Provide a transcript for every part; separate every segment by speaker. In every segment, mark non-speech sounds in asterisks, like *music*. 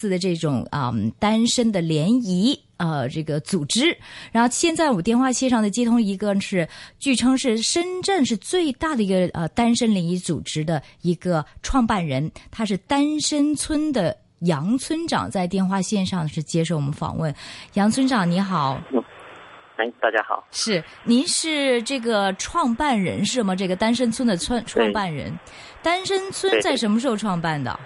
Speaker 1: 次的这种啊、嗯单身的联谊呃这个组织。然后现在我电话线上的接通一个是据称是深圳是最大的一个呃单身联谊组织的一个创办人，他是单身村的杨村长，在电话线上是接受我们访问。杨村长你好，
Speaker 2: 哎，大家好，
Speaker 1: 是您是这个创办人是吗？这个单身村的创创办人，单身村
Speaker 2: 对
Speaker 1: 在什么时候创办的？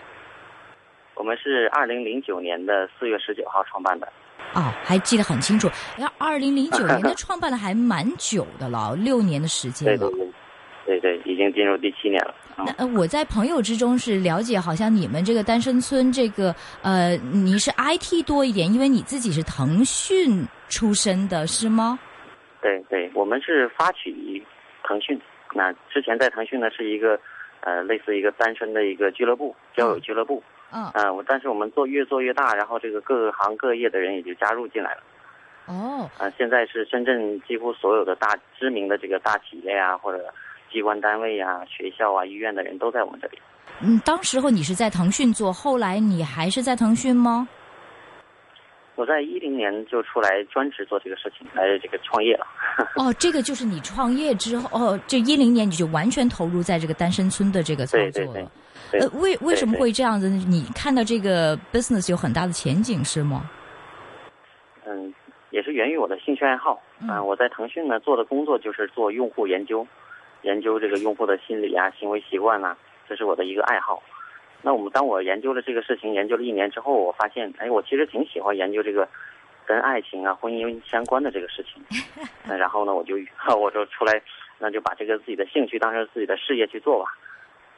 Speaker 2: 我们是二零零九年的四月十九号创办的，
Speaker 1: 哦，还记得很清楚。哎，二零零九年的创办了还蛮久的了，六年的时间
Speaker 2: 对
Speaker 1: 了
Speaker 2: 对。对，对对，已经进入第七年了。
Speaker 1: 嗯
Speaker 2: 嗯
Speaker 1: 那呃，我在朋友之中是了解，好像你们这个单身村这个呃，你是 IT 多一点，因为你自己是腾讯出身的，是吗？
Speaker 2: 对对，我们是发起腾讯，那之前在腾讯呢是一个呃类似一个单身的一个俱乐部，交友俱乐部。
Speaker 1: 嗯，
Speaker 2: 嗯、我但是我们做越做越大，然后这个各行各业的人也就加入进来了。
Speaker 1: 哦，
Speaker 2: 啊、现在是深圳几乎所有的大知名的这个大企业呀、啊或者机关单位呀、学校啊、医院的人都在我们这里。
Speaker 1: 嗯，当时候你是在腾讯做，后来你还是在腾讯吗？
Speaker 2: 我在一零年就出来专职做这个事情，来这个创业了。
Speaker 1: 哦，这个就是你创业之后，哦，这一零年你就完全投入在这个单身村的这个操
Speaker 2: 对
Speaker 1: 作
Speaker 2: 对
Speaker 1: 了。
Speaker 2: 对，
Speaker 1: 呃
Speaker 2: 对，
Speaker 1: 为为什么
Speaker 2: 对
Speaker 1: 会这样子呢？你看到这个 business 有很大的前景是吗？
Speaker 2: 嗯，也是源于我的兴趣爱好。
Speaker 1: 嗯
Speaker 2: 啊我在腾讯呢做的工作就是做用户研究，研究这个用户的心理啊、行为习惯啊，这是我的一个爱好。那我们当我研究了这个事情，研究了一年之后，我发现，哎，我其实挺喜欢研究这个跟爱情啊、婚姻相关的这个事情。那然后呢，我就 *laughs* 我就出来，那就把这个自己的兴趣当成自己的事业去做吧。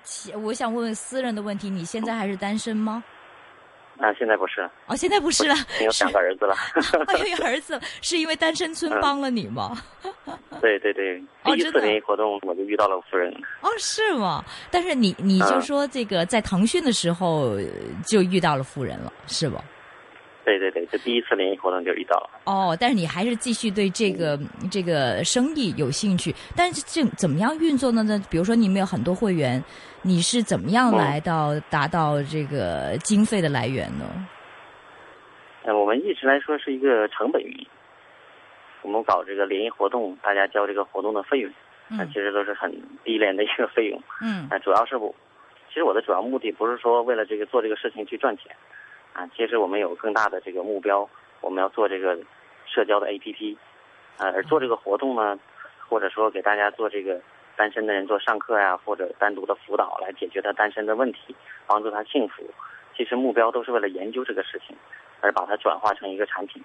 Speaker 1: 其我想问问私人的问题，你现在还是单身吗？
Speaker 2: 那现在不是，
Speaker 1: 哦，现在不
Speaker 2: *laughs*
Speaker 1: 是了，
Speaker 2: 你有
Speaker 1: 是
Speaker 2: 两个儿子了。
Speaker 1: 哦，有一个儿子了，是因为单身村
Speaker 2: 嗯
Speaker 1: 帮了你吗？
Speaker 2: 对对对，第
Speaker 1: 哦
Speaker 2: 一
Speaker 1: 真
Speaker 2: 次
Speaker 1: 的
Speaker 2: 联谊活动我就遇到了夫人。
Speaker 1: 哦，是吗？但是你你就
Speaker 2: 嗯
Speaker 1: 说这个在腾讯的时候呃就遇到了富人了，是吧？
Speaker 2: 对对对，就第一次联谊活动就遇到了。
Speaker 1: 哦，但是你还是继续对这个
Speaker 2: 嗯
Speaker 1: 这个生意有兴趣，但是这怎么样运作呢？呢，比如说你们有很多会员，你是怎么样
Speaker 2: 嗯
Speaker 1: 来到达到这个经费的来源呢？
Speaker 2: 呃，我们一直来说是一个成本原因。我们搞这个联谊活动，大家交这个活动的费用，那
Speaker 1: 嗯
Speaker 2: 其实都是很低廉的一个费用。
Speaker 1: 嗯
Speaker 2: 呃那主要是我，其实我的主要目的不是说为了这个做这个事情去赚钱，啊，其实我们有更大的这个目标，我们要做这个社交的 APP，啊，而做这个活动呢，或者说给大家做这个单身的人做上课呀、或者单独的辅导来解决他单身的问题，帮助他幸福。其实目标都是为了研究这个事情，而把它转化成一个产品，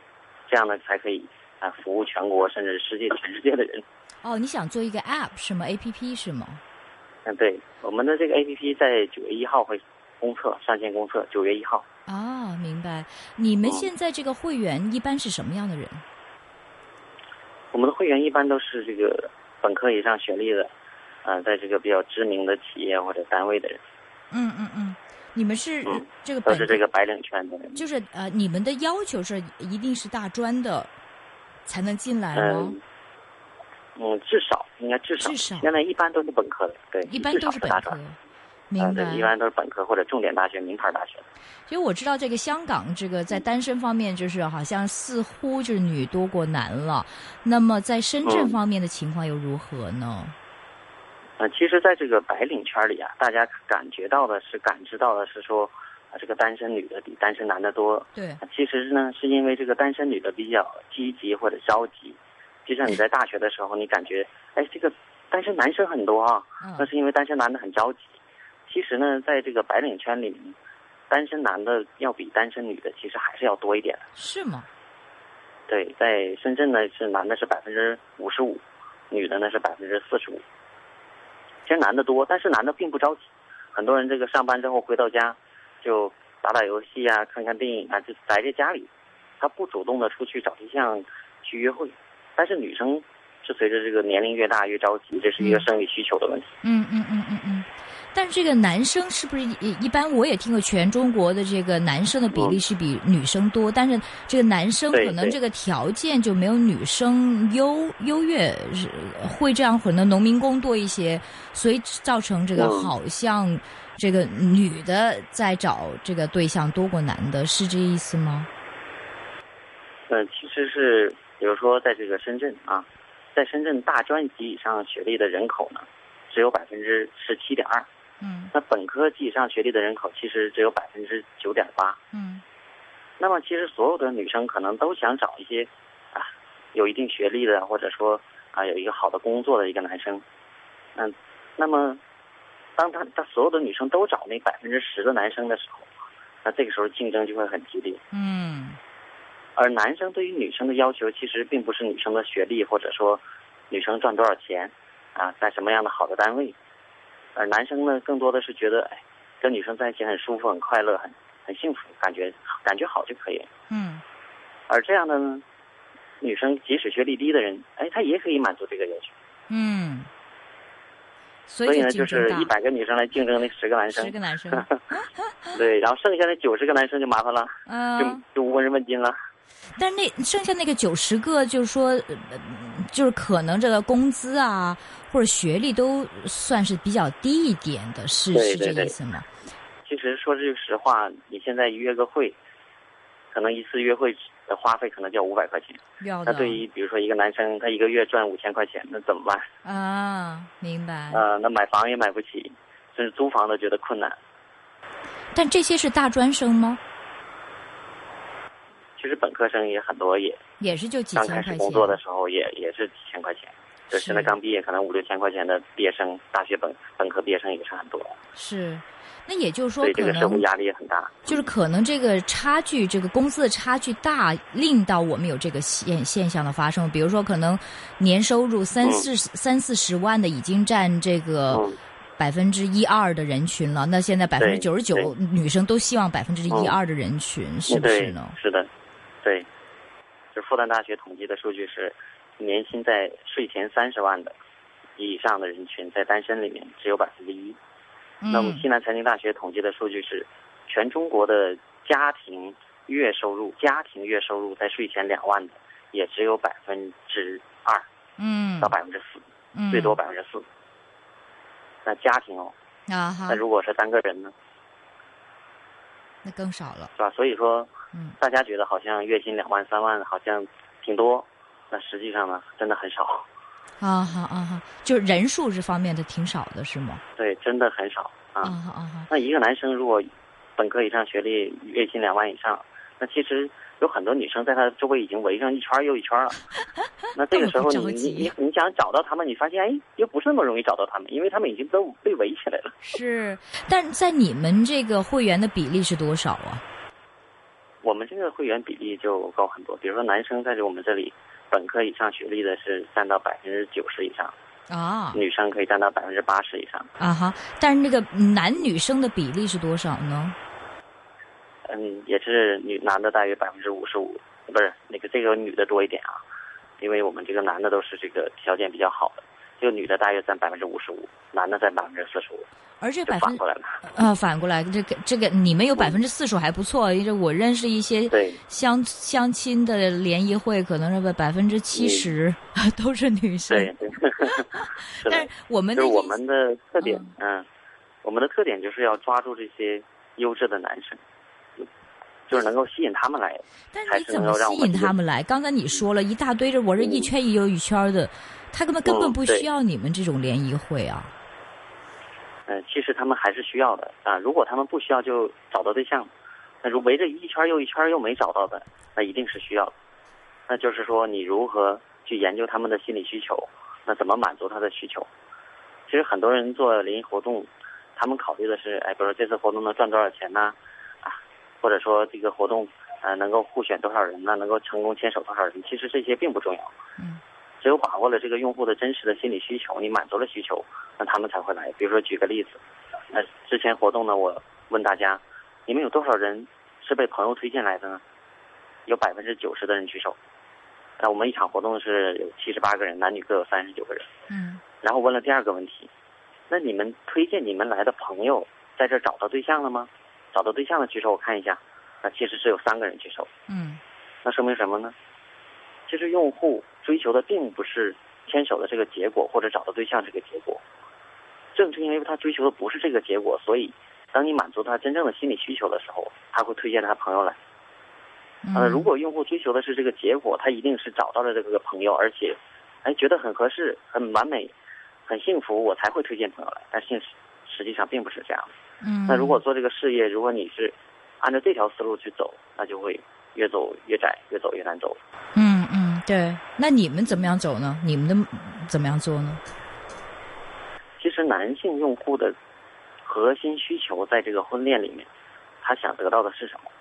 Speaker 2: 这样呢才可以啊服务全国甚至世界全世界的人。
Speaker 1: 哦，你想做一个 app 是吗？app 是吗？
Speaker 2: 嗯，对，我们的这个 APP 在九月一号会公测上线公测，九月一号。
Speaker 1: 哦，明白。你们
Speaker 2: 嗯
Speaker 1: 现在这个会员一般是什么样的人？
Speaker 2: 我们的会员一般都是这个本科以上学历的，呃，在这个比较知名的企业或者单位的人，
Speaker 1: 嗯嗯嗯，你们是
Speaker 2: 嗯
Speaker 1: 这个
Speaker 2: 都
Speaker 1: 本
Speaker 2: 是这个白领圈的人。
Speaker 1: 就是呃，你们的要求是一定是大专的才能进来吗？
Speaker 2: 嗯嗯，至少应该至少，
Speaker 1: 至少
Speaker 2: 现在一般都是本科的，对，
Speaker 1: 一般
Speaker 2: 至少
Speaker 1: 都是
Speaker 2: 是
Speaker 1: 本
Speaker 2: 大
Speaker 1: 科
Speaker 2: 专。，
Speaker 1: 明白。
Speaker 2: 嗯，对，一般都是本科或者重点大学、名牌大学。
Speaker 1: 其实我知道这个香港这个在单身方面，就是好像似乎就是女多过男了。那么在深圳
Speaker 2: 嗯
Speaker 1: 方面的情况又如何呢？
Speaker 2: 呃，其实，在这个白领圈里啊，大家感觉到的是、感知到的是说，啊、这个单身女的比单身男的多，
Speaker 1: 对，
Speaker 2: 其实呢，是因为这个单身女的比较积极或者着急，就像你在大学的时候，你感觉，哎，这个单身男生很多啊，那
Speaker 1: 嗯，
Speaker 2: 是因为单身男的很着急。其实呢，在这个白领圈里面，单身男的要比单身女的其实还是要多一点的。
Speaker 1: 是吗？
Speaker 2: 对，在深圳呢，是男的是百分之五十五，女的呢是百分之四十五。其实男的多，但是男的并不着急。很多人这个上班之后回到家，就打打游戏啊，看看电影啊，就宅在家里，他不主动的出去找对象去约会。但是女生是随着这个年龄越大越着急，这是一个
Speaker 1: 嗯
Speaker 2: 生理需求的问题。
Speaker 1: 嗯嗯嗯嗯嗯。但是这个男生是不是一一般？我也听过全中国的这个男生的比例是比女生多，但是这个男生
Speaker 2: 嗯对
Speaker 1: 可能
Speaker 2: 对
Speaker 1: 这个条件就没有女生优优越，是会这样可能农民工多一些，所以造成这个
Speaker 2: 嗯
Speaker 1: 好像这个女的在找这个对象多过男的，是这意思吗？
Speaker 2: 嗯，其实是比如说在这个深圳啊，在深圳大专及以上学历的人口呢，只有百分之十七点二，
Speaker 1: 嗯
Speaker 2: 那本科及以上学历的人口其实只有百分之九点八。
Speaker 1: 嗯
Speaker 2: 那么其实所有的女生可能都想找一些啊有一定学历的，或者说啊有一个好的工作的一个男生。嗯，那么当他他所有的女生都找那百分之十的男生的时候，那这个时候竞争就会很激烈。
Speaker 1: 嗯
Speaker 2: 而男生对于女生的要求，其实并不是女生的学历，或者说女生赚多少钱，啊，在什么样的好的单位，而男生呢，更多的是觉得，哎，跟女生在一起很舒服、很快乐、很很幸福，感觉感觉好就可以。
Speaker 1: 嗯
Speaker 2: 而这样的呢，女生即使学历低的人，哎，她也可以满足这个要求。
Speaker 1: 嗯，所
Speaker 2: 所以
Speaker 1: 以
Speaker 2: 呢，
Speaker 1: 竞
Speaker 2: 就是
Speaker 1: 争
Speaker 2: 一
Speaker 1: 大，
Speaker 2: 百个女生来竞争那十个男
Speaker 1: 十
Speaker 2: 生，
Speaker 1: 个男生，
Speaker 2: *laughs* 对，然后剩下的九十个男生就麻烦了，就
Speaker 1: 嗯，
Speaker 2: 就无人问津了。
Speaker 1: 但是那剩下那个九十个，就是说，呃就是可能这个工资啊或者学历都算是比较低一点的，是
Speaker 2: 对
Speaker 1: 是
Speaker 2: 对
Speaker 1: 这个
Speaker 2: 对
Speaker 1: 意思吗？
Speaker 2: 其实说句实话，你现在约个会，可能一次约会的花费可能就要五百块钱。
Speaker 1: 要
Speaker 2: 那
Speaker 1: 的
Speaker 2: 对于比如说一个男生，他一个月赚五千块钱，那怎么办？
Speaker 1: 啊，明白。
Speaker 2: 呃，那买房也买不起，甚至租房都觉得困难。
Speaker 1: 但这些是大专生吗？
Speaker 2: 其实本科生也很多，也
Speaker 1: 也是就几
Speaker 2: 刚
Speaker 1: 千
Speaker 2: 开
Speaker 1: 块钱。
Speaker 2: 始工作的时候也也是几千块钱，就现在
Speaker 1: 是
Speaker 2: 刚毕业可能五六千块钱的毕业生，大学本本科毕业生也是很多，
Speaker 1: 是，那也就是说
Speaker 2: 所以，这
Speaker 1: 可
Speaker 2: 个社会
Speaker 1: 能
Speaker 2: 压力也很大。
Speaker 1: 就是可能这个差距，这个工资的差距大，令到我们有这个现现象的发生。比如说，可能年收入三
Speaker 2: 嗯
Speaker 1: 四十、三四十万的已经占这个。
Speaker 2: 嗯，
Speaker 1: 百分之一二的人群了。那现在百分之
Speaker 2: 对
Speaker 1: 九十九女生都希望百分之一二的人群，是不是
Speaker 2: 对
Speaker 1: 呢？，
Speaker 2: 是的，对，就复旦大学统计的数据是，年薪在税前三十万的及以上的人群，在单身里面只有百分之一。那么
Speaker 1: 嗯
Speaker 2: 西南财经大学统计的数据是，全中国的家庭月收入，家庭月收入在税前两万的，也只有百分之二
Speaker 1: 嗯
Speaker 2: 到百分之四，
Speaker 1: 嗯，
Speaker 2: 最多百分之四。那家庭哦，
Speaker 1: 啊哈
Speaker 2: 那，如果是单个人呢，
Speaker 1: 那更少了。
Speaker 2: 是吧？所以说，
Speaker 1: 嗯
Speaker 2: 大家觉得好像月薪两万、三万好像挺多，那实际上呢，真的很少， *laughs*
Speaker 1: 啊哈啊哈，就是人数这方面的挺少的是吗？
Speaker 2: 对，真的很少啊。
Speaker 1: 啊哈啊哈，
Speaker 2: 那一个男生如果本科以上学历，月薪两万以上，那其实有很多女生在他周围已经围上一圈儿又一圈儿
Speaker 1: *laughs*
Speaker 2: 了。那这个时候
Speaker 1: 这
Speaker 2: 你
Speaker 1: 么着急
Speaker 2: 你你你想找到他们，你发现哎，又不是那么容易找到他们，因为他们已经都被围起来了。
Speaker 1: 是，但在你们这个会员的比例是多少啊？
Speaker 2: 我们这个会员比例就高很多，比如说男生在这我们这里，本科以上学历的是占到百分之九十以上，
Speaker 1: 啊
Speaker 2: 女生可以占到百分之八十以上。
Speaker 1: 啊哈，但是那个男女生的比例是多少呢？
Speaker 2: 嗯，也是女男的大约百分之五十五，不是那个这个女的多一点啊，因为我们这个男的都是这个条件比较好的，这个女的大约占百分之五十五，男的占百分之四十五，
Speaker 1: 而这
Speaker 2: 就
Speaker 1: 百
Speaker 2: 反嗯
Speaker 1: 分
Speaker 2: 过来了。
Speaker 1: 啊，反过来，这个这个你们有百分之四十还不错，因为我认识一些
Speaker 2: 对
Speaker 1: 相相亲的联谊会，可能是百分之七十 *laughs* 都是女生。
Speaker 2: 嗯对对， *laughs* 是
Speaker 1: 但
Speaker 2: 的
Speaker 1: 是，我们
Speaker 2: 就
Speaker 1: 的
Speaker 2: 是
Speaker 1: 意
Speaker 2: 我
Speaker 1: 思
Speaker 2: 们的特点
Speaker 1: 嗯，
Speaker 2: 嗯，我们的特点就是要抓住这些优质的男生，就是能够吸引他们来。
Speaker 1: 但是
Speaker 2: 还
Speaker 1: 你
Speaker 2: 是
Speaker 1: 怎
Speaker 2: 能
Speaker 1: 么
Speaker 2: 够让
Speaker 1: 吸
Speaker 2: 我
Speaker 1: 引
Speaker 2: 们
Speaker 1: 他们来？刚才你说了一大堆，这我这一
Speaker 2: 嗯
Speaker 1: 圈一又一圈的，他根本根本
Speaker 2: 嗯
Speaker 1: 不
Speaker 2: 对
Speaker 1: 需要你们这种联谊会啊。
Speaker 2: 嗯，其实他们还是需要的啊。如果他们不需要，就找到对象。那如围着一圈又一圈又没找到的，那一定是需要的。那就是说，你如何去研究他们的心理需求？那怎么满足他的需求？其实很多人做联谊活动，他们考虑的是，哎，比如说这次活动能赚多少钱呢？啊，或者说这个活动呃能够互选多少人呢？能够成功牵手多少人？其实这些并不重要。
Speaker 1: 嗯。
Speaker 2: 只有把握了这个用户的真实的心理需求，你满足了需求，那他们才会来。比如说举个例子，那之前活动呢，我问大家，你们有多少人是被朋友推荐来的呢？有百分之九十的人举手。那我们一场活动是有七十八个人，男女各有三十九个人。
Speaker 1: 嗯
Speaker 2: 然后问了第二个问题，那你们推荐你们来的朋友在这儿找到对象了吗？找到对象的举手，我看一下。那其实只有三个人举手。
Speaker 1: 嗯
Speaker 2: 那说明什么呢？其实用户追求的并不是牵手的这个结果，或者找到对象这个结果。正是因为他追求的不是这个结果，所以当你满足他真正的心理需求的时候，他会推荐他朋友来。
Speaker 1: 嗯
Speaker 2: 呃，如果用户追求的是这个结果，他一定是找到了这个朋友，而且，哎，觉得很合适、很完美、很幸福，我才会推荐朋友来。但现实实际上并不是这样的。
Speaker 1: 嗯，
Speaker 2: 那如果做这个事业，如果你是按照这条思路去走，那就会越走越窄，越走越难走。
Speaker 1: 嗯嗯，对，那你们怎么样走呢？你们的怎么样做呢？
Speaker 2: 其实男性用户的核心需求在这个婚恋里面，他想得到的是什么？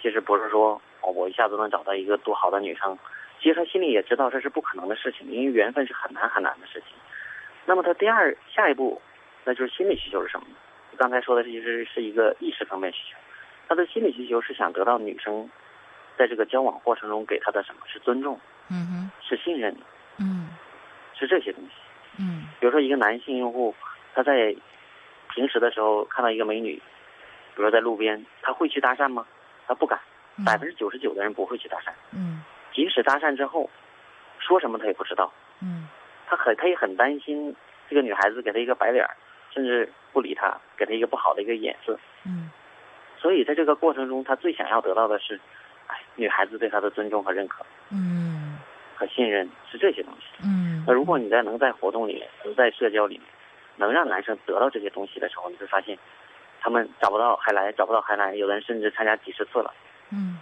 Speaker 2: 其实不是说哦，我一下子能找到一个多好的女生。其实他心里也知道这是不可能的事情，因为缘分是很难很难的事情。那么他第二下一步，那就是心理需求是什么呢？刚才说的其实是一个意识方面需求，他的心理需求是想得到女生在这个交往过程中给他的什么是尊重，
Speaker 1: 嗯哼，
Speaker 2: 是信任，
Speaker 1: 嗯
Speaker 2: 是这些东西。
Speaker 1: 嗯
Speaker 2: 比如说一个男性用户，他在平时的时候看到一个美女，比如说在路边，他会去搭讪吗？他不敢，
Speaker 1: 嗯
Speaker 2: 百分之九十九的人不会去搭讪，
Speaker 1: 嗯
Speaker 2: 即使搭讪之后，说什么他也不知道，
Speaker 1: 嗯
Speaker 2: 他很他也很担心这个女孩子给他一个白脸儿，甚至不理他，给他一个不好的一个眼色。
Speaker 1: 嗯
Speaker 2: 所以在这个过程中，他最想要得到的是，哎，女孩子对他的尊重和认可
Speaker 1: 嗯
Speaker 2: 和信任是这些东西。
Speaker 1: 嗯，
Speaker 2: 那如果你在能在活动里面，能在社交里面，能让男生得到这些东西的时候，你会发现，他们找不到还来，找不到还来，有的人甚至参加几十次了，
Speaker 1: 嗯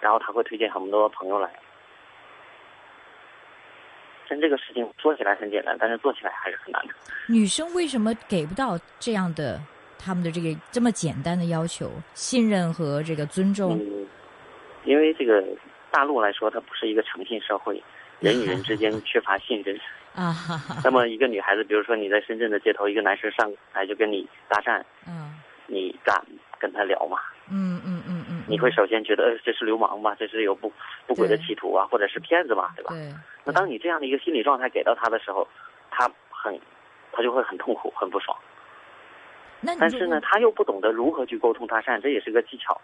Speaker 2: 然后他会推荐很多朋友来。但这个事情说起来很简单，但是做起来还是很难的。
Speaker 1: 女生为什么给不到这样的他们的这个这么简单的要求，信任和这个尊重？
Speaker 2: 嗯，因为这个大陆来说，它不是一个诚信社会，人与人之间缺乏信任。
Speaker 1: 啊哈哈，
Speaker 2: 那么一个女孩子，比如说你在深圳的街头，一个男生上来就跟你搭讪，
Speaker 1: 嗯
Speaker 2: 你敢跟他聊吗？
Speaker 1: 嗯嗯嗯嗯，
Speaker 2: 你会首先觉得，呃，这是流氓吧，这是有不不轨的
Speaker 1: 对
Speaker 2: 企图啊，或者是骗子吧，对吧？
Speaker 1: 对，
Speaker 2: 那当你这样的一个心理状态给到他的时候，他很，他就会很痛苦，很不爽。
Speaker 1: 那
Speaker 2: 但是呢，，他又不懂得如何去沟通搭讪，这也是个技巧。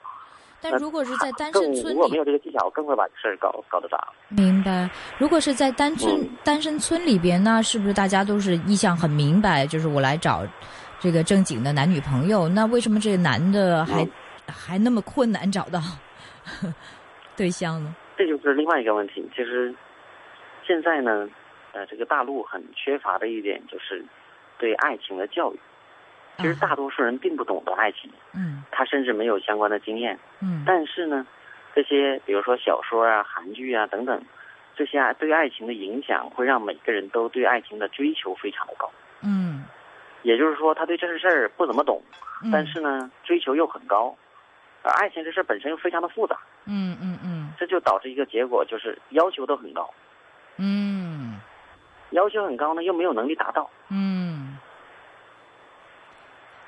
Speaker 1: 但如果是在单
Speaker 2: 更
Speaker 1: 身村
Speaker 2: 如
Speaker 1: 里
Speaker 2: 果没有这个技巧，更会把事儿搞搞得砸。
Speaker 1: 明白。如果是在单村、
Speaker 2: 嗯
Speaker 1: 单身村里边，那是不是大家都是意向很明白？就是我来找这个正经的男女朋友，那为什么这个男的还、
Speaker 2: 嗯
Speaker 1: 还那么困难找到 *laughs* 对象呢？
Speaker 2: 这就是另外一个问题。其实现在呢，呃，这个大陆很缺乏的一点就是对爱情的教育。其实大
Speaker 1: 啊、
Speaker 2: 多数人并不懂得爱情，
Speaker 1: 嗯
Speaker 2: 他甚至没有相关的经验。
Speaker 1: 嗯
Speaker 2: 但是呢，这些比如说小说啊、韩剧啊等等，这些啊对爱情的影响，会让每个人都对爱情的追求非常的高。
Speaker 1: 嗯
Speaker 2: 也就是说，他对这事儿不怎么懂，
Speaker 1: 嗯，
Speaker 2: 但是呢，追求又很高。而爱情这事儿本身又非常的复杂，
Speaker 1: 嗯嗯嗯
Speaker 2: 这就导致一个结果，就是要求都很高，
Speaker 1: 嗯
Speaker 2: 要求很高呢又没有能力达到。
Speaker 1: 嗯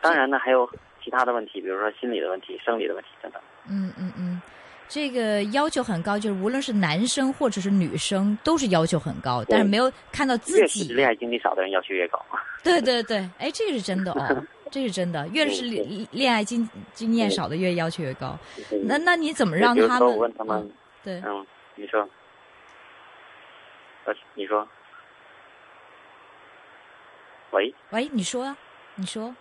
Speaker 2: 当然呢，还有其他的问题，比如说心理的问题、生理的问题等等。
Speaker 1: 嗯嗯嗯，这个要求很高，就是无论是男生或者是女生，都是要求很高，但是没有看到自
Speaker 2: 越
Speaker 1: 己
Speaker 2: 是恋爱经历少的人，要求越高。
Speaker 1: 对对对，哎，这个是真的哦，这是真的。越是恋恋爱经经验少的，越要求越高。那
Speaker 2: *laughs*
Speaker 1: 那你怎么让
Speaker 2: 比如
Speaker 1: 他
Speaker 2: 说
Speaker 1: 们？
Speaker 2: 我问他们
Speaker 1: 嗯对，
Speaker 2: 嗯，你说，呃，你说，喂，
Speaker 1: 喂，你说啊，你说，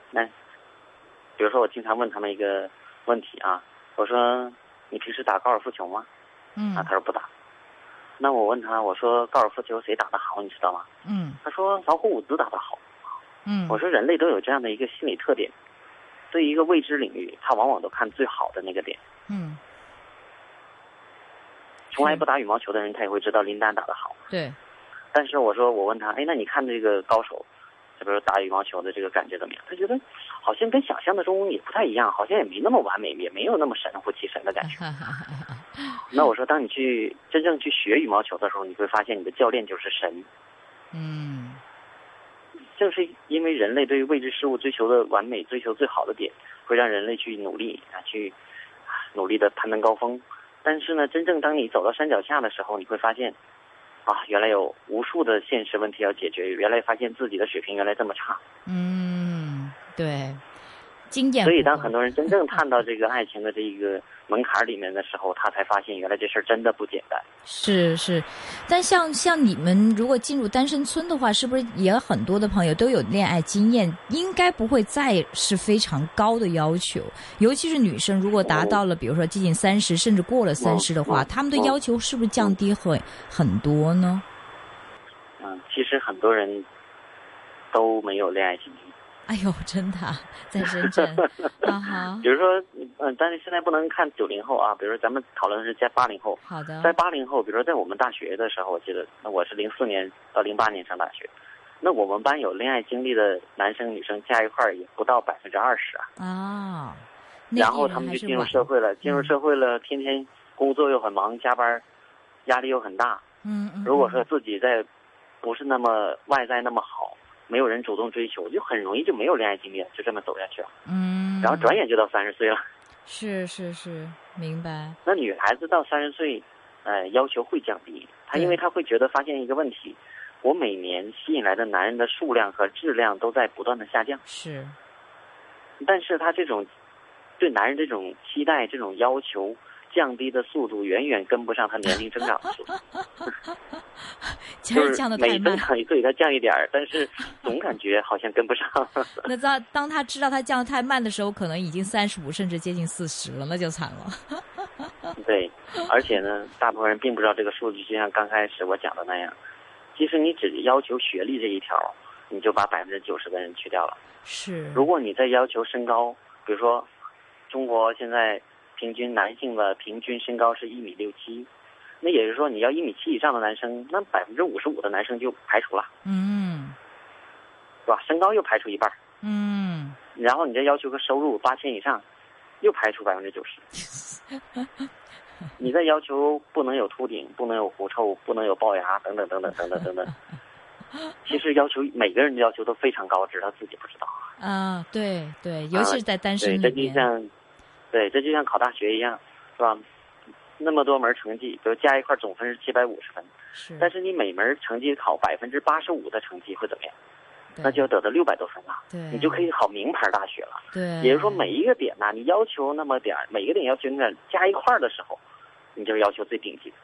Speaker 2: 比如说我经常问他们一个问题啊，我说你平时打高尔夫球吗？
Speaker 1: 嗯
Speaker 2: 啊，他说不打。那我问他，我说高尔夫球谁打得好，你知道吗？
Speaker 1: 嗯
Speaker 2: 他说老虎伍兹打得好。
Speaker 1: 嗯，
Speaker 2: 我说人类都有这样的一个心理特点，对于一个未知领域，他往往都看最好的那个点。
Speaker 1: 嗯，
Speaker 2: 从来
Speaker 1: 是
Speaker 2: 不打羽毛球的人，他也会知道林丹打得好。
Speaker 1: 对，
Speaker 2: 但是我说我问他，哎，那你看这个高手，就比如打羽毛球的这个感觉怎么样？他觉得好像跟想象的中也不太一样，好像也没那么完美，也没有那么神乎其神的感觉。
Speaker 1: 哈哈哈哈
Speaker 2: 那我说，当你去真正去学羽毛球的时候，你会发现你的教练就是神。
Speaker 1: 嗯
Speaker 2: 正是因为人类对于未知事物追求的完美、追求最好的点，会让人类去努力啊，去啊努力的攀登高峰。但是呢，真正当你走到山脚下的时候，你会发现，啊，原来有无数的现实问题要解决，原来发现自己的水平原来这么差。
Speaker 1: 嗯，对。经验不
Speaker 2: 所
Speaker 1: 够。
Speaker 2: 以，当很多人真正探到这个爱情的这一个门槛里面的时候，他才发现原来这事儿真的不简单。
Speaker 1: 是是，但像像你们如果进入单身村的话，是不是也很多的朋友都有恋爱经验？应该不会再是非常高的要求，尤其是女生，如果
Speaker 2: 哦
Speaker 1: 达到了，比如说接近三十，甚至过了三十的话，
Speaker 2: 嗯嗯
Speaker 1: 她们的要求是不是降低很很多呢？
Speaker 2: 嗯，其实很多人都没有恋爱经历，
Speaker 1: *laughs* 哎呦，真的啊在深圳
Speaker 2: *laughs*
Speaker 1: 啊哈，
Speaker 2: 比如说，嗯、但是现在不能看九零后啊，比如说咱们讨论的是在八零后，
Speaker 1: 好的
Speaker 2: 在，八零后，比如说在我们大学的时候，我记得那我是零四年到零八年上大学，那我们班有恋爱经历的男生女生加一块儿也不到百分之二十啊，
Speaker 1: 啊，内
Speaker 2: 然
Speaker 1: 地
Speaker 2: 后
Speaker 1: 人
Speaker 2: 他们
Speaker 1: 还
Speaker 2: 就是进入
Speaker 1: 晚
Speaker 2: 社会了，进入社会了，天天工作又很忙，加班儿，压力又很大。
Speaker 1: 嗯嗯，
Speaker 2: 如果
Speaker 1: 嗯
Speaker 2: 说自己在不是那么外在那么好，没有人主动追求，就很容易就没有恋爱经历了，就这么走下去了。
Speaker 1: 嗯，
Speaker 2: 然后转眼就到三十岁了。
Speaker 1: 是是是，明白，
Speaker 2: 那女孩子到三十岁，呃，要求会降低，她因为
Speaker 1: 对
Speaker 2: 她会觉得发现一个问题，我每年吸引来的男人的数量和质量都在不断的下降，
Speaker 1: 是
Speaker 2: 但是她这种对男人这种期待、这种要求降低的速度，远远跟不上她年龄增长
Speaker 1: *laughs*
Speaker 2: 的速度。
Speaker 1: 降
Speaker 2: 就
Speaker 1: 儿
Speaker 2: 是
Speaker 1: 降的太
Speaker 2: 每
Speaker 1: 慢
Speaker 2: 增。长一岁，它降一点儿，但是总感觉好像跟不上。
Speaker 1: *laughs* 那当当他知道他降得太慢的时候，可能已经三十五，甚至接近四十了，那就惨了。
Speaker 2: 对，而且呢，大部分人并不知道这个数据，就像刚开始我讲的那样，其实你只要求学历这一条，你就把百分之九十的人去掉了。
Speaker 1: 是，
Speaker 2: 如果你再要求身高，比如说，中国现在平均男性的平均身高是一米六七，那也就是说你要一米七以上的男生，那百分之五十五的男生就排除了，
Speaker 1: 嗯
Speaker 2: 是吧？身高又排除一半儿，
Speaker 1: 嗯，
Speaker 2: 然后你再要求个收入八千以上，又排除百分之九十。
Speaker 1: *laughs*
Speaker 2: 你再要求不能有秃顶，不能有狐臭，不能有龅牙，等等等等等等等等。其实要求每个人的要求都非常高，只是他自己不知道。
Speaker 1: 啊，对对，尤其是在单
Speaker 2: 对，
Speaker 1: 身
Speaker 2: 这
Speaker 1: 里面，
Speaker 2: 就像，对，这就像考大学一样，是吧？那么多门成绩，比如加一块总分是七百五十分，
Speaker 1: 是，
Speaker 2: 但是你每门成绩考百分之八十五的成绩会怎么样？
Speaker 1: 对
Speaker 2: 那就要得到六百多分了，
Speaker 1: 对，
Speaker 2: 你就可以考名牌大学了。
Speaker 1: 对，
Speaker 2: 也就是说，每一个点呢，你要求那么点儿，每一个点要求那点儿加一块儿的时候，你就是要求最顶级的。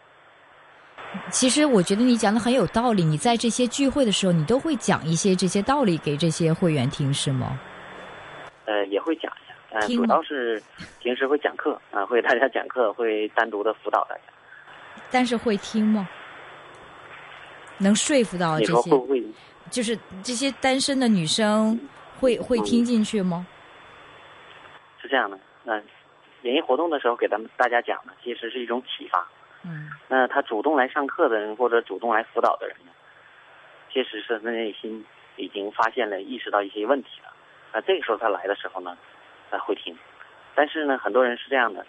Speaker 1: 其实我觉得你讲的很有道理。你在这些聚会的时候，你都会讲一些这些道理给这些会员听，是吗？
Speaker 2: 呃，也会讲一下，呃，
Speaker 1: 听
Speaker 2: 主
Speaker 1: 吗
Speaker 2: 要是平时会讲课啊、会大家讲课，会单独的辅导大家。
Speaker 1: 但是会听吗？能说服到
Speaker 2: 你
Speaker 1: 哦这
Speaker 2: 说
Speaker 1: 些
Speaker 2: 会，不会？
Speaker 1: 就是这些单身的女生会会
Speaker 2: 嗯
Speaker 1: 听进去吗？
Speaker 2: 是这样的，那、演艺活动的时候给咱们大家讲的，其实是一种启发。
Speaker 1: 嗯，
Speaker 2: 那他主动来上课的人，或者主动来辅导的人呢，其实是他内心已经发现了、意识到一些问题了。那这个时候他来的时候呢，他会听。但是呢，很多人是这样的，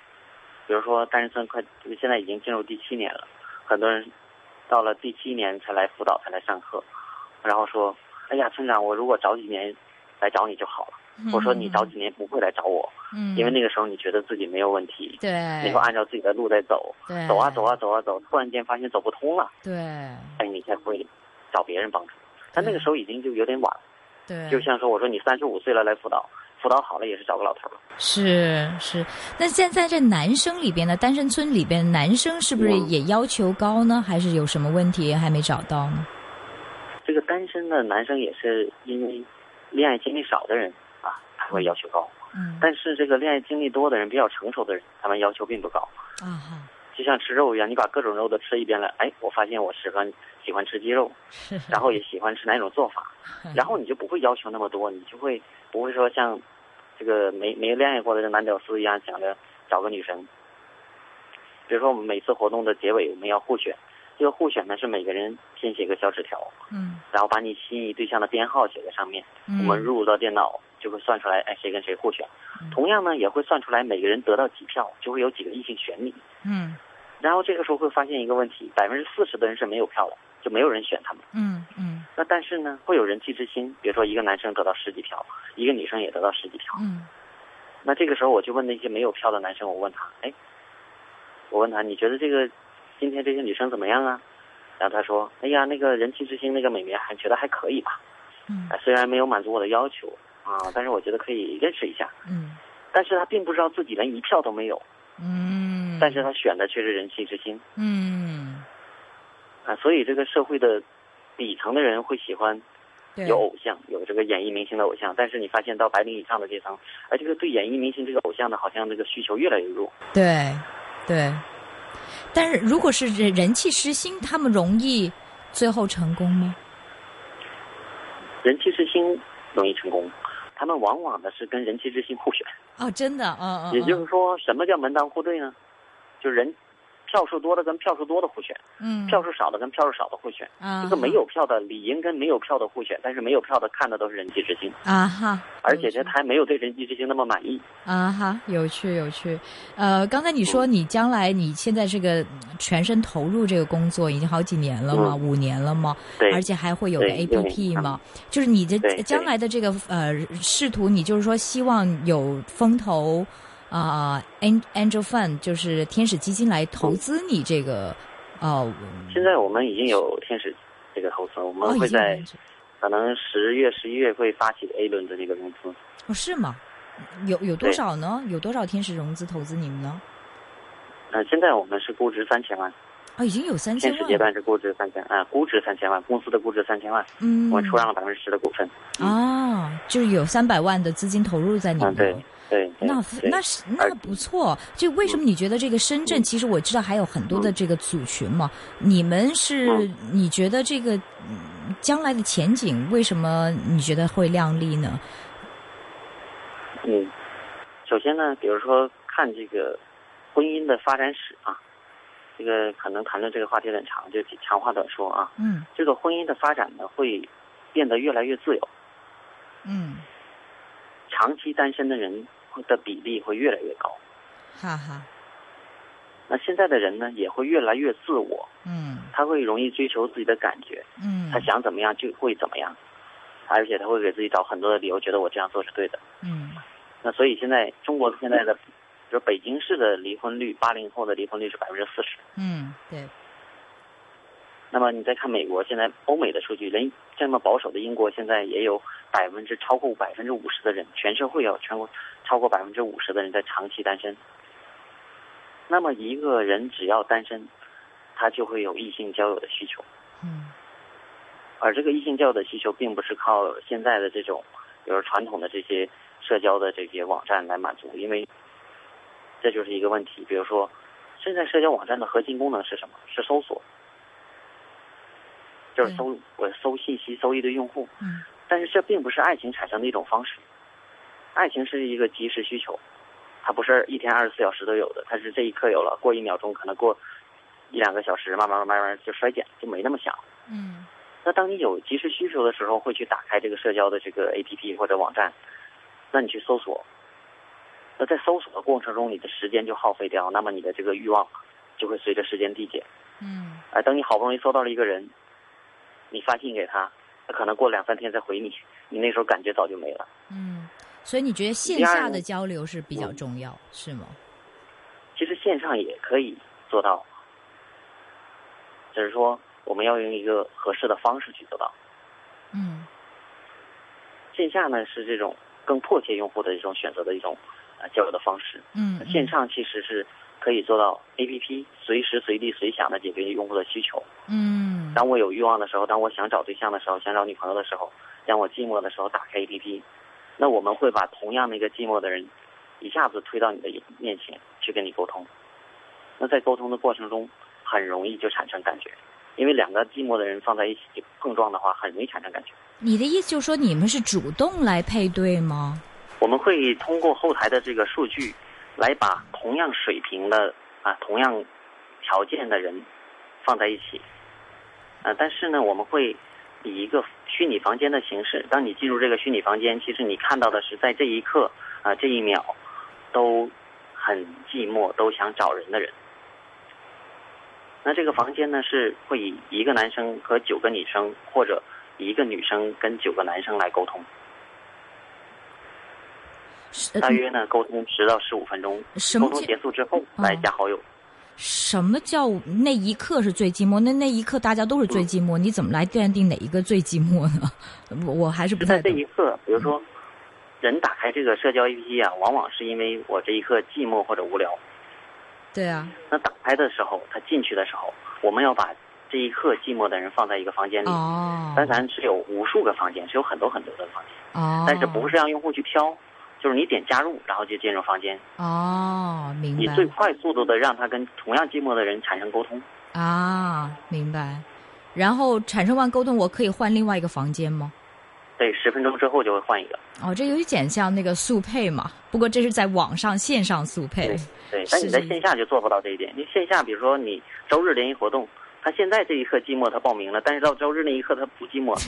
Speaker 2: 比如说单身村快现在已经进入第七年了，很多人到了第七年才来辅导、才来上课，然后说：“哎呀，村长，我如果早几年来找你就好了。”我说：“你早几年不会来找我，
Speaker 1: 嗯，哎
Speaker 2: 因为那个时候你觉得自己没有问题，
Speaker 1: 对，
Speaker 2: 你会按照自己的路在走。”
Speaker 1: 对，
Speaker 2: 走啊走啊走啊走，突然间发现走不通了，
Speaker 1: 对
Speaker 2: 哎，你才会找别人帮助。但那个时候已经就有点晚了，
Speaker 1: 对，
Speaker 2: 就像说我说你三十五岁了来辅导，辅导好了也是找个老头儿。
Speaker 1: 是是。那现在这男生里边呢，单身村里边男生是不是
Speaker 2: 嗯
Speaker 1: 也要求高呢？还是有什么问题还没找到呢？
Speaker 2: 这个单身的男生也是因为恋爱经历少的人啊，他会要求高，
Speaker 1: 嗯
Speaker 2: 但是这个恋爱经历多的人、比较成熟的人，他们要求并不高。
Speaker 1: 啊哈，
Speaker 2: 就像吃肉一样，你把各种肉都吃一遍了，哎，我发现我喜欢喜欢吃鸡肉，
Speaker 1: 是
Speaker 2: 然后也喜欢吃哪种
Speaker 1: *laughs*
Speaker 2: 做法，然后你就不会要求那么多，你就会不会说像这个没没恋爱过的这男屌丝一样想着找个女生。比如说我们每次活动的结尾我们要互选，这个互选呢是每个人先写个小纸条，
Speaker 1: 嗯
Speaker 2: 然后把你心仪对象的编号写在上面，
Speaker 1: 嗯，
Speaker 2: 我们入入到电脑就会算出来，哎谁跟谁互选
Speaker 1: 嗯。
Speaker 2: 同样呢也会算出来每个人得到几票，就会有几个异性选你。
Speaker 1: 嗯
Speaker 2: 然后这个时候会发现一个问题，百分之四十的人是没有票的，就没有人选他们。
Speaker 1: 嗯嗯
Speaker 2: 那但是呢，会有人气之心，比如说一个男生得到十几票，一个女生也得到十几票。
Speaker 1: 嗯
Speaker 2: 那这个时候我就问那些没有票的男生，我问他，哎，我问他你觉得这个今天这些女生怎么样啊？然后他说，哎呀，那个人气之星那个美眉还觉得还可以吧，
Speaker 1: 嗯
Speaker 2: 哎虽然没有满足我的要求，啊，但是我觉得可以认识一下。
Speaker 1: 嗯
Speaker 2: 但是他并不知道自己连一票都没有，
Speaker 1: 嗯，
Speaker 2: 但是他选的却是人气之星
Speaker 1: 嗯，
Speaker 2: 啊，所以这个社会的底层的人会喜欢
Speaker 1: 对，
Speaker 2: 有偶像，有这个演艺明星的偶像，但是你发现到白领以上的阶层，而这个对演艺明星这个偶像呢，好像这个需求越来越弱。
Speaker 1: 对对，但是如果是人人气失星，他们容易最后成功吗？
Speaker 2: 人气之星容易成功，他们往往呢是跟人气之星互选，
Speaker 1: 哦，真的，嗯嗯，
Speaker 2: 也就是说，什么叫门当户对呢？就是人票数多的跟票数多的互选，
Speaker 1: 嗯，
Speaker 2: 票数少的跟票数少的互选。
Speaker 1: 啊
Speaker 2: 这个没有票的理应跟没有票的互选，但是没有票的看的都是人气之星，
Speaker 1: 啊哈，
Speaker 2: 而
Speaker 1: 有
Speaker 2: 且
Speaker 1: 趣
Speaker 2: 呢，他还没有对人气之星那么满意。
Speaker 1: 啊哈，有趣有趣。呃，刚才你说你将来你现在这个嗯全身投入这个工作已经好几年了嘛，
Speaker 2: 嗯
Speaker 1: 五年了嘛，
Speaker 2: 对，
Speaker 1: 而且还会有个
Speaker 2: 对六年
Speaker 1: APP 嘛，就是你的
Speaker 2: 对对
Speaker 1: 将来的这个呃仕途，你就是说希望有风投啊、呃、，An- Angel Fund 就是天使基金来投资你这个哦
Speaker 2: 现在我们已经有天使这个投资，我
Speaker 1: 哦
Speaker 2: 们
Speaker 1: 已
Speaker 2: 会
Speaker 1: 经有
Speaker 2: 在
Speaker 1: 人知
Speaker 2: 可能十月、十一月会发起 A 轮的这个融资。
Speaker 1: 哦是吗？有有多
Speaker 2: 对
Speaker 1: 少呢？有多少天使融资投资你们呢？
Speaker 2: 呃，现在我们是估值三千万，
Speaker 1: 啊、已经有三千
Speaker 2: 天使
Speaker 1: 万
Speaker 2: 结
Speaker 1: 了，
Speaker 2: 伴是估值三千啊，估值三千万，公司的估值三千万，
Speaker 1: 嗯，
Speaker 2: 我们出让了百分之十的股份。
Speaker 1: 哦，就是有三百万的资金投入在里面。
Speaker 2: 嗯，对对对
Speaker 1: 那
Speaker 2: 对
Speaker 1: 那是那
Speaker 2: 而嗯
Speaker 1: 不错。就为什么你觉得这个深圳？其实我知道还有很多的这个组群嘛。你们是
Speaker 2: 嗯
Speaker 1: 你觉得这个嗯将来的前景为什么你觉得会亮丽呢？
Speaker 2: 嗯，首先呢，比如说看这个婚姻的发展史啊，这个可能谈论这个话题有点长，就长话短说啊。
Speaker 1: 嗯
Speaker 2: 这个婚姻的发展呢，会变得越来越自由，
Speaker 1: 嗯，
Speaker 2: 长期单身的人的比例会越来越高。
Speaker 1: 哈哈，
Speaker 2: 那现在的人呢，也会越来越自我，
Speaker 1: 嗯
Speaker 2: 他会容易追求自己的感觉，
Speaker 1: 嗯
Speaker 2: 他想怎么样就会怎么样，而且他会给自己找很多的理由，觉得我这样做是对的。
Speaker 1: 嗯
Speaker 2: 那所以现在中国现在的，就是北京市的离婚率，八零后的离婚率是百分之四十。
Speaker 1: 嗯，对，
Speaker 2: 那么你再看美国，现在欧美的数据，连这么保守的英国，现在也有百分之超过百分之五十的人，全社会有全国超过百分之五十的人在长期单身。那么一个人只要单身，他就会有异性交友的需求，
Speaker 1: 嗯
Speaker 2: 而这个异性交友的需求，并不是靠现在的这种，比如传统的这些社交的这些网站来满足，因为这就是一个问题。比如说，现在社交网站的核心功能是什么？是搜索，就是搜我搜信息，搜一堆用户。
Speaker 1: 嗯
Speaker 2: 但是这并不是爱情产生的一种方式，爱情是一个及时需求，它不是一天二十四小时都有的，它是这一刻有了，过一秒钟可能过一两个小时，慢慢慢慢慢慢就衰减，就没那么想。
Speaker 1: 嗯
Speaker 2: 那当你有及时需求的时候，会去打开这个社交的这个 APP 或者网站，那你去搜索。那在搜索的过程中，你的时间就耗费掉，那么你的这个欲望就会随着时间递减。
Speaker 1: 嗯
Speaker 2: 而等你好不容易搜到了一个人，你发信给他，他可能过两三天再回你，你那时候感觉早就没了。
Speaker 1: 嗯，所以你觉得线
Speaker 2: 第二
Speaker 1: 下
Speaker 2: 呢
Speaker 1: 的交流是比较
Speaker 2: 嗯
Speaker 1: 重要，是吗？
Speaker 2: 其实线上也可以做到，只是说我们要用一个合适的方式去做到。
Speaker 1: 嗯
Speaker 2: 线下呢是这种更迫切用户的一种选择的一种呃交友的方式，
Speaker 1: 嗯，嗯
Speaker 2: 线上其实是可以做到 APP 随时随地随想的解决用户的需求。
Speaker 1: 嗯
Speaker 2: 当我有欲望的时候，当我想找对象的时候，想找女朋友的时候，当我寂寞的时候，打开 APP，那我们会把同样的一个寂寞的人，一下子推到你的面前去跟你沟通。那在沟通的过程中，很容易就产生感觉，因为两个寂寞的人放在一起碰撞的话，很容易产生感觉。
Speaker 1: 你的意思就是说你们是主动来配对吗？
Speaker 2: 我们会通过后台的这个数据，来把同样水平的啊同样条件的人放在一起，啊，但是呢，我们会以一个虚拟房间的形式，当你进入这个虚拟房间，其实你看到的是在这一刻啊这一秒都很寂寞，都想找人的人。那这个房间呢，是会以一个男生和九个女生，或者一个女生跟九个男生来沟通。
Speaker 1: 是
Speaker 2: 大约呢沟通十到十五分钟，
Speaker 1: 呃什
Speaker 2: 沟
Speaker 1: 么
Speaker 2: 通
Speaker 1: 叫
Speaker 2: 结束之后
Speaker 1: 嗯
Speaker 2: 来加好友。
Speaker 1: 什么叫那一刻是最寂寞？那那一刻大家都是最寂
Speaker 2: 嗯
Speaker 1: 寞，你怎么来断定哪一个最寂寞呢？我我还是不 *laughs*
Speaker 2: 就
Speaker 1: 太
Speaker 2: 在这
Speaker 1: 懂。
Speaker 2: 一刻，比如说，人打开这个社交 APP 啊，往往是因为我这一刻寂寞或者无聊。
Speaker 1: 对啊，
Speaker 2: 那打开的时候，他进去的时候，我们要把这一刻寂寞的人放在一个房间里。
Speaker 1: 哦，
Speaker 2: 但咱是有无数个房间，是有很多很多的房间，
Speaker 1: 哦，
Speaker 2: 但是不
Speaker 1: 是
Speaker 2: 是让用户去挑，就是你点加入，然后就进入房间，
Speaker 1: 哦，明
Speaker 2: 以
Speaker 1: 白
Speaker 2: 最快速度的让他跟同样寂寞的人产生沟通。
Speaker 1: 啊，明白。然后产生完沟通，我可以换另外一个房间吗？
Speaker 2: 对，十分钟之后就会换一个。
Speaker 1: 哦，这有一点像那个速配嘛，不过这是在网上线上速配
Speaker 2: 对。对，
Speaker 1: 是
Speaker 2: 但你在
Speaker 1: 是
Speaker 2: 线下就做不到这一点。因为线下，比如说你周日联谊活动，他现在这一刻寂寞，他报名了，但是到周日那一刻他不
Speaker 1: *laughs*
Speaker 2: 寂寞。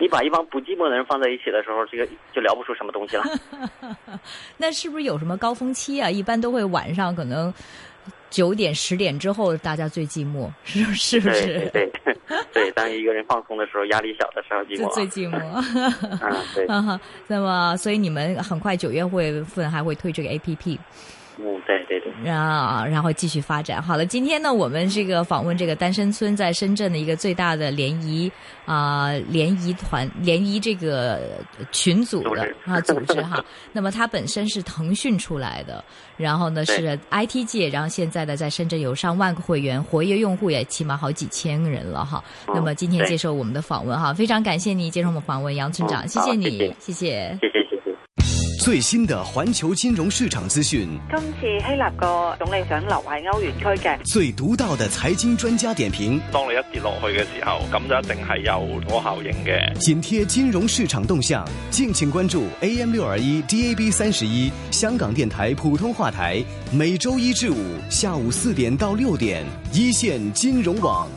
Speaker 2: 你把一帮不寂寞的人放在一起的时候，这个就聊不出什么
Speaker 1: *laughs*
Speaker 2: 东西了。
Speaker 1: 那是不是有什么高峰期啊？一般都会晚上可能九点十点之后大家最寂寞， *laughs* 是是不
Speaker 2: 对
Speaker 1: 是？
Speaker 2: 对对对，当一个人放松的时候，压力小的时候寂
Speaker 1: 就
Speaker 2: 寞。
Speaker 1: 最寂寞。 *laughs*
Speaker 2: 嗯，对，
Speaker 1: 啊哈，那么所以你们很快九月份还会推这个 A P P，
Speaker 2: 嗯，对对对，
Speaker 1: 啊，然后继续发展。好了，今天呢，我们这个访问这个单身村在深圳的一个最大的联谊啊、联谊团联谊这个群组的
Speaker 2: 组织
Speaker 1: 啊组织哈。那么它本身是腾讯出来的，然后呢
Speaker 2: 对
Speaker 1: 是 IT 界，然后现在呢在深圳有上万个会员，活跃用户也起码好几千人了哈。
Speaker 2: 嗯
Speaker 1: 那么今天
Speaker 2: 对
Speaker 1: 接受我们的访问哈，非常感谢你接受我们访问，杨村长，
Speaker 2: 嗯
Speaker 1: 谢
Speaker 2: 好
Speaker 1: 你，
Speaker 2: 谢
Speaker 1: 谢
Speaker 2: 谢
Speaker 1: 谢
Speaker 2: 谢谢谢谢。
Speaker 3: 最新的环球金融市场资讯，
Speaker 4: 今次希臘個總理想留喺歐元區嘅。
Speaker 3: 最独到的财经专家点评，
Speaker 5: 當你一跌落去嘅時候，咁就一定係有嗰個效應嘅。
Speaker 3: 紧贴金融市场动向。敬请关注 AM 六二一 DAB 三十一香港电台普通话台，每周一至五下午四点到六点，一线金融网。